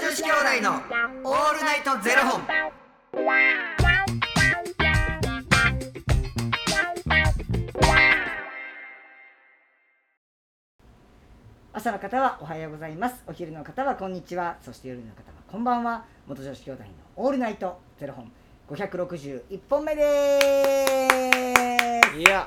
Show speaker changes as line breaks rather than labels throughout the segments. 子兄弟のオールナイトゼロ本。
朝の方はおはようございますお昼の方はこんにちはそして夜の方はこんばんは元女子兄弟のオールナイトゼロ本561本目です
いや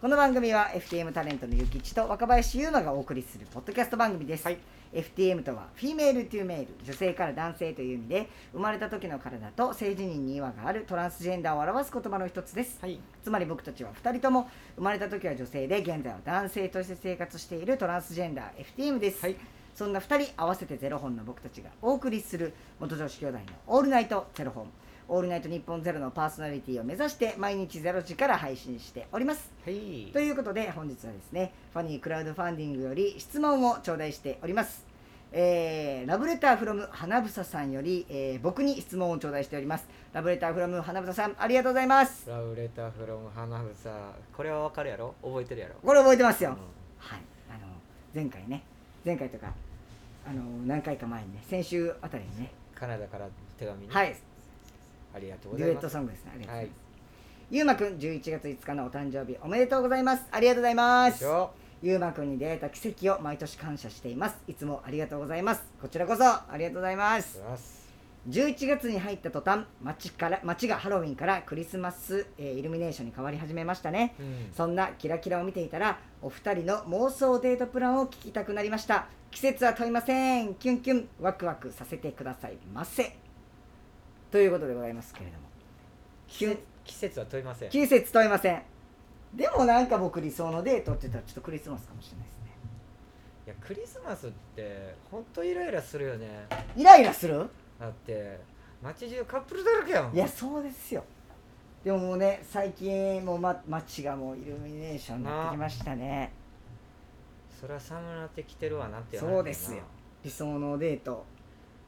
この番組は FTM タレントのゆきちと若林優馬がお送りするポッドキャスト番組です、
はい
FTM とはフィメールというメール女性から男性という意味で生まれた時の体と性自認に違和があるトランスジェンダーを表す言葉の一つです、
はい
つまり僕たちは2人とも生まれた時は女性で現在は男性として生活しているトランスジェンダー FTM です、
はい
そんな2人合わせてゼロ本の僕たちがお送りする元女子兄弟の「オールナイトゼロ本」「オールナイト日本ゼロのパーソナリティを目指して毎日ゼロ時から配信しております
はい
ということで本日はですねファニークラウドファンディングより質問を頂戴しております、えーラブレターフロム花房さんより、えー僕に質問を頂戴しておりますラブレターフロム花房さんありがとうございます
ラブレターフロム花房これはわかるやろ覚えてるやろ
これ覚えてますよ、
うん
はいあの前回ね前回とかあの何回か前にね先週あたりにね
カナダから手紙ね
はい
ありがとうご
デ
ざ
ュエッ
いま
ト
す
ソングですねありがとうございます、
は
ゆうまくん11月5日のお誕生日おめでとうございますありがとうございます
でしょ
ゆうまくんに出会えた奇跡を毎年感謝していますいつもありがとうございますこちらこそありがとうございま
ありがと
す
うございます
11月に入った途端街から街がハロウィンからクリスマス、えーイルミネーションに変わり始めましたね、
うん
そんなキラキラを見ていたらお二人の妄想デートプランを聞きたくなりました季節は問いませんキュンキュンワクワクさせてくださいませということでございますけれどもキュン
季節は問いません
季節問いませんでもなんか僕理想のデートって言ったらちょっとクリスマスかもしれないですね
いやクリスマスって本当イライラするよね
イライラする
だって街中カップルだらけやん
いやそうですよでももうね最近もう、ま、街がもうイルミネーションになってきましたね
そりゃ寒くなってきてるわなってなる
そうですよ理想のデート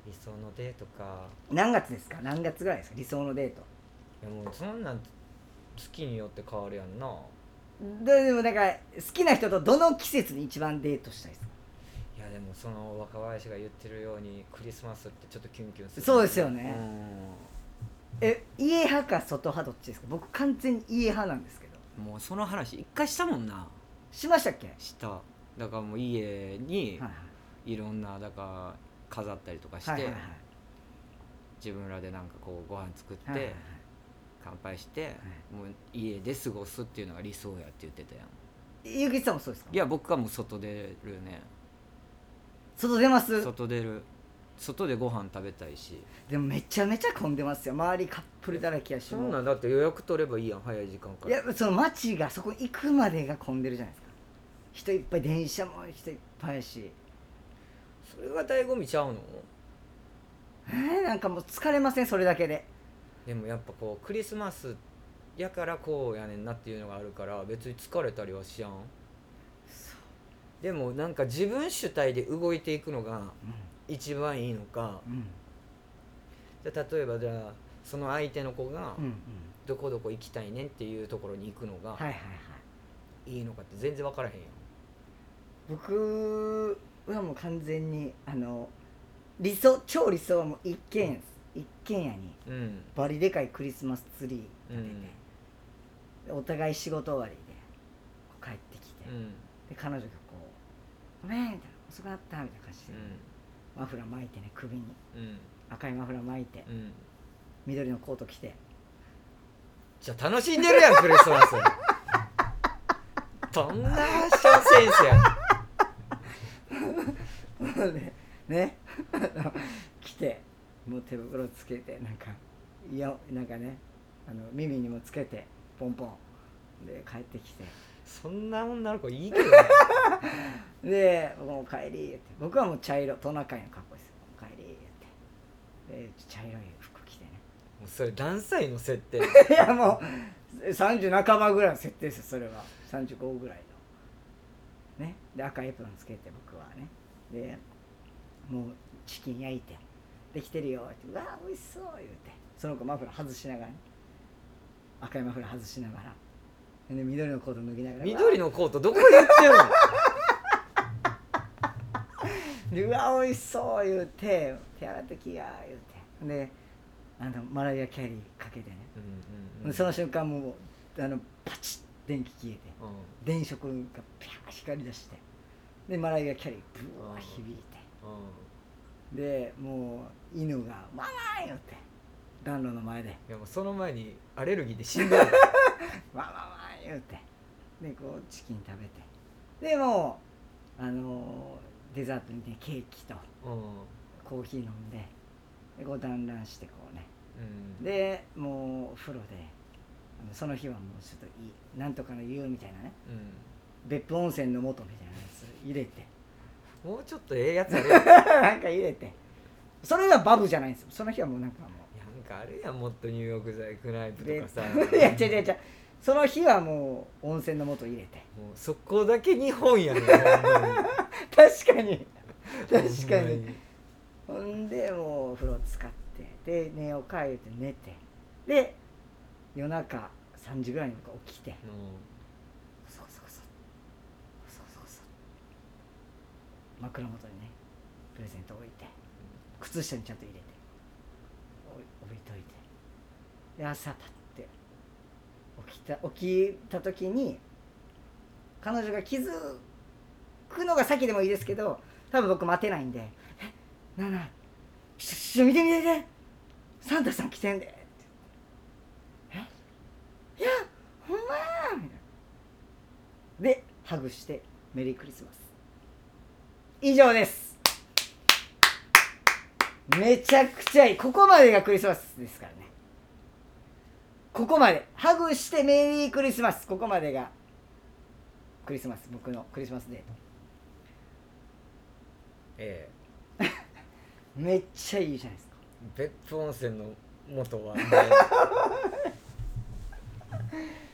理想のデートか
何月ですか何月ぐらいですか理想のデート
いやもうそんなん月によって変わるやんな
ででもだから好きな人とどの季節に一番デートしたいですか
いやでもその若林が言ってるようにクリスマスってちょっとキュンキュンする
そうですよね
う
え家派か外派どっちですか僕完全に家派なんですけど
んもうその話一回したもんな
しましたっけ、はい
しただからもう家に
はい
いろんなだから飾ったりとかして、
はいはいはい
自分らでなんかこうご飯作って、
はいはいはい
乾杯して、もう家で過ごすっていうのが理想やって言ってたやん
ゆきちさんもそうですか
いや僕はもう外出るよね
外出ます
外出る外でご飯食べたいし
でもめちゃめちゃ混んでますよ周りカップルだらけやし
そん
も
な
うん
だって予約取ればいいやん早い時間か
い
ら
やその街がそこ行くまでが混んでるじゃないですか人いっぱい電車も人いっぱいやし
それが醍醐味ちゃうの
えー、なんかもう疲れませんそれだけで
でもやっぱこうクリスマスやからこうやねんなっていうのがあるから別に疲れたりはしやんでもなんか自分主体で動いていくのが
う
一番いいのか
んうん
じゃあ例えばじゃあその相手の子が
うんうん
どこどこ行きたいねんっていうところに行くの
はい
が
はいはい
いいのかって全然分からへんよ
僕はもう完全にあの理想超理想はもう一軒家です一軒家に
うん
バリでかいクリスマスツリー立てて、お互い仕事終わりでこう帰ってきて、
うん
で彼女がこう「ごめん」みたいな「遅くなった」みたいな感じで、マフラー巻いてね首に
うんうん
赤いマフラー巻いて、
うん
緑のコート着て
じゃあ楽しんでるやんクリスマスどんなファッションセンスやん
ね ねあの来てもう手袋つけてなんかいやなんかねあの耳にもつけてポンポンで帰ってきて
そんな女の子いいけどね
で「もうお帰り」って僕はもう茶色トナカイの格好ですよ「お帰り」ってで茶色い服着てね
もうそれ何歳の設定
いやもう30半ばぐらいの設定ですよそれは35ぐらいのねで赤いエプロンつけて僕はねでもうチキン焼いて「できてるよ」って「うわー美味しそう」言うてその子マフラー外しながらね赤いマフラー外しながらで緑のコート脱ぎながら
緑のコートどこで売ってるの
でうわ美味しそう言うて手洗ってきや言うてであのマライア・キャリーかけてね、
うんうんうん
その瞬間もうあのパチッ電気消えて
うん
電飾がピャー光り出してでマライア・キャリーブワー響いて
うん
でもう犬が「ママ!」言うて暖炉の前で
いやもうその前にアレルギーで死んだよ
「マママ!」言うてでこうチキン食べてでもうあのーデザートにねケーキと
うんう
コーヒー飲んででこう団らんしてこうね
ん
でもうお風呂であのその日はもうちょっといいなんとかの湯みたいなね
う
別府温泉の素みたいなやつ入れて
んもうちょっとええやつあ るやんなん
なんか入れてそれがバブじゃないんですよその日はもうなんかもう
かあるやんもっと入浴剤クライプとかさ
いや違う違う違うその日はもう温泉の素入れて
もうそこだけ日本やねんほんまに
確かに 確か
ほんま
にほんでもうお風呂使ってで寝ようか言うて寝てで夜中3時ぐらいに僕起きてコソコソコソコソコソコソ枕元にねプレゼント置いて靴下にちゃんと入れておい置いといてで朝パッて起きた起きた時に彼女が気づくのが先でもいいですけど多分僕待てないんで「えなあなあちょちょ見て見て見てサンタさん来てんで」ってえいやほんまや」みたいなでハグしてメリークリスマス以上ですめちゃくちゃいいここまでがクリスマスですからねここまでハグしてメリークリスマスここまでがクリスマス僕のクリスマスデート
ええ
めっちゃいいじゃないですか
別府温泉の元は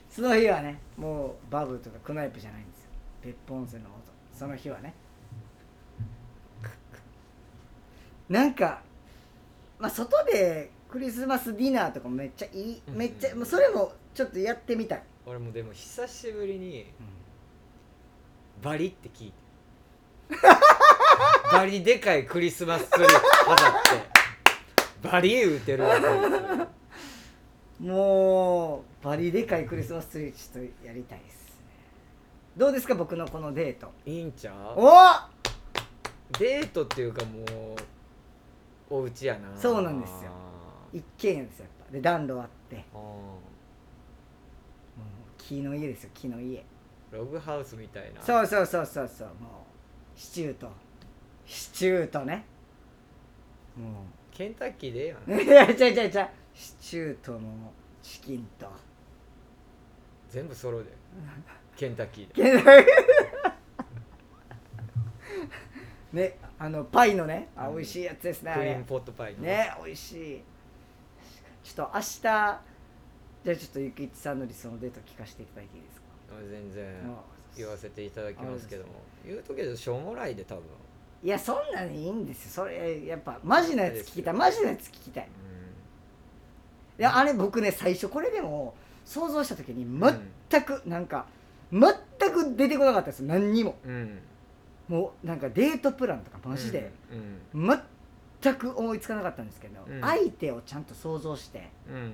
その日はねもうバブとかクナイプじゃないんですよ別府温泉の元その日はねなんかまあ外でクリスマスディナーとかもめっちゃいい
うん
めっちゃもうそれもちょっとやってみたい、
俺もでも久しぶりにバリって聞いて バリでかいクリスマスツリー飾ってバリ打てるわ
もうバリでかいクリスマスツリーちょっとやりたいですねどうですか僕のこのデート
いいんちゃう
お
デートっていうかもうお家やな
そうなんですよ一軒家ですよやっぱで暖炉あってもう
あ
木の家ですよ木の家
ーログハウスみたいな
そうそうそうそうそうもうシチューとシチューとねも
ケンタッキーでええやん
ういや違う違う違うシチューともうチキンと
全部 揃うでケンタッキーで
けど ねあのパイのねあ
うん
美味しいやつですねあ
クリー
れ
ムポットパイの
ね美味しいちょっと明日じゃあちょっとゆきいちさんの理想のデート聞かせていただいていいですか
全然
もう
言わせていただきますけども言うとけどしょうもないで多分
いやそんなにいいんですよそれやっぱマジなやつ聞きたいマジなやつ聞きたいいやあれ僕ね最初これでも想像した時に全くなんか、全く出てこなかったです何にも
うん、うん、
もうなんかデートプランとかマジで、
うん
全く思いつかなかったんですけど、
うん
相手をちゃんと想像して
うん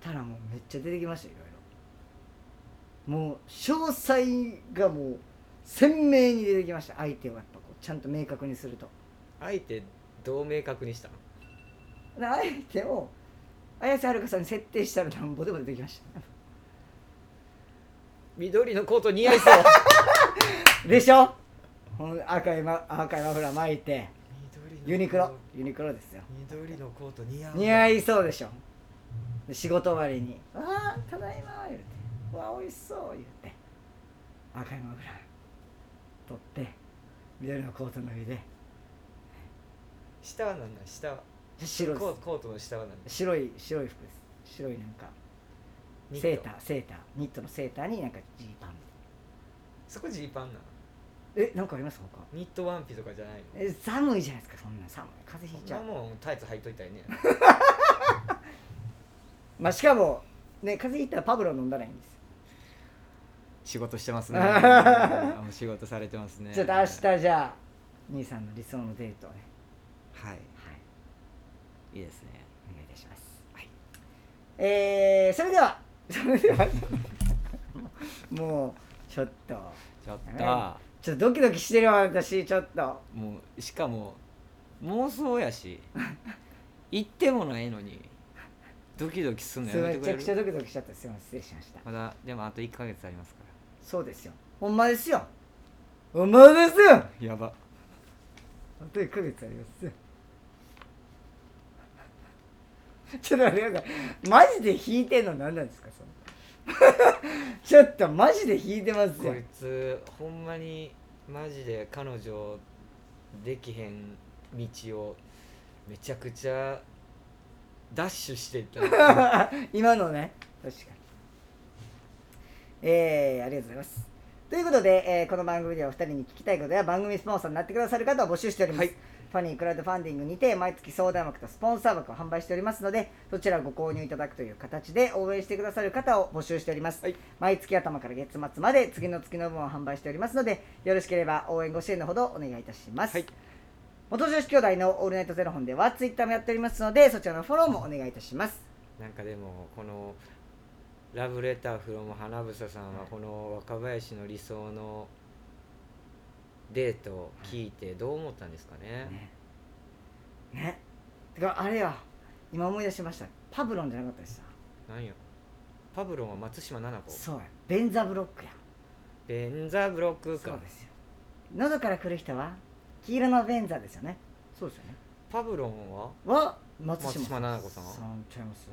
たらもうめっちゃ出てきましたいろいろもう詳細がもう鮮明に出てきました相手をやっぱこうちゃんと明確にすると
相手どう明確にしたの
で相手を綾瀬はるかさんに設定したらなんぼでも出てきました
緑のコート似合いそう
でしょほん赤い,、ま、赤いマフラー巻いて
緑の
ユニクロユニクロですよ
緑のコート似合う
似合いそうでしょで仕事終わりに「ああただいま」言うて「うわおいしそう」言うて赤いマフラー取って緑のコート脱いで
下は何なん下は
白
コー
で
コートの下は何
す白い白い服です白いなんか
ニッ
セー
ト
ターセーターニットのセーターになんかジーパン
そこジーパンなの
えなんかあります他
ニットワンピとかじゃないの
え寒いじゃないですかそんな寒い風邪ひいち
じゃ
ゃ
あ
う
もうタイツ履いといたいね
まあしかもね風邪ひいたらパブロ飲んだらいいんですよ
仕事してます
ねあ
仕事されてますね
ちょっと明日じゃあ兄さんの理想のデートをね
はい
はい
いいですね
お願いいたします、はい、えー、それでは それではもうちょっと
ちょっと、
はちょっとドキドキしてるわ私ちょっと
もうしかも妄想やし行ってもないのにドキドキすんの
す
や
ご
め
い
て
め
く
ち
れ
ゃくちゃ
る
ドキドキしちゃったすいません失礼しました
まだでもあと1か月ありますか
そうですよほんまですよほんまですよ
らやば
本当に1ヶ月あります よちょっと待ってくださいマジで引いてんの何なんですかその ちょっとマジで引いてますよ
こいつほんまにマジで彼女できへん道をめちゃくちゃダッシュしていった
今のね確かにえー、ありがとうございますということで、えーこの番組ではお二人に聞きたいことや番組スポンサーになってくださる方を募集しております、
はい
ファニークラウドファンディングにて毎月相談枠とスポンサー枠を販売しておりますのでそちらをご購入いただくという形で応援してくださる方を募集しております、
はい
毎月頭から月末まで次の月の分を販売しておりますのでよろしければ応援ご支援のほどお願いいたします、
はい
元女子兄弟の「オールナイトゼロ本」ではツイッターもやっておりますのでそちらのフォローもお願いいたします
なんかでもこの「ラブレターフロム花房さんはこの若林の理想のデートを聞いてどう思ったんですかね、
ねてかあれや今思い出しましたパブロンじゃなかったです
なんやパブロンは松島菜々子
そうやベンザブロックや
ベンザブロック
そ
か
うですよ喉から来る人は黄色のベンザですよねそうですよね
パブロンは
は松島
松島菜々子さん
さんちゃいます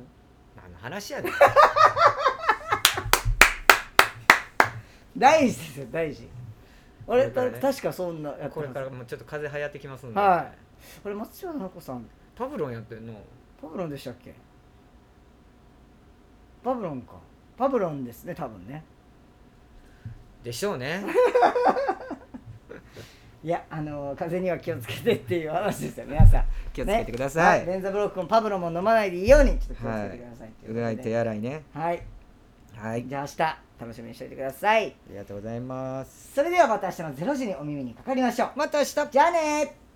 何の話 やねん
大事ですよ大事俺、
これからね
た確かそんなやって
これ
ま
から
す
もうちょっと風邪流行ってきますんで、
はこれ松島菜々子さん
パブロンやってんの
パブロンでしたっけパブロンかパブロンですね多分ね
でしょうね
いやあの風邪には気をつけてっていう話ですよ皆さん
気
ねはいベンザブロックもパブロも飲まないでいいようにちょっと気をつけてください、ということで
やらいね
はい
はい
じゃあ明日楽しみにしておいてください
りがとうございます
それではまた明日の0時にお耳にかかりましょうまた明日じゃあねー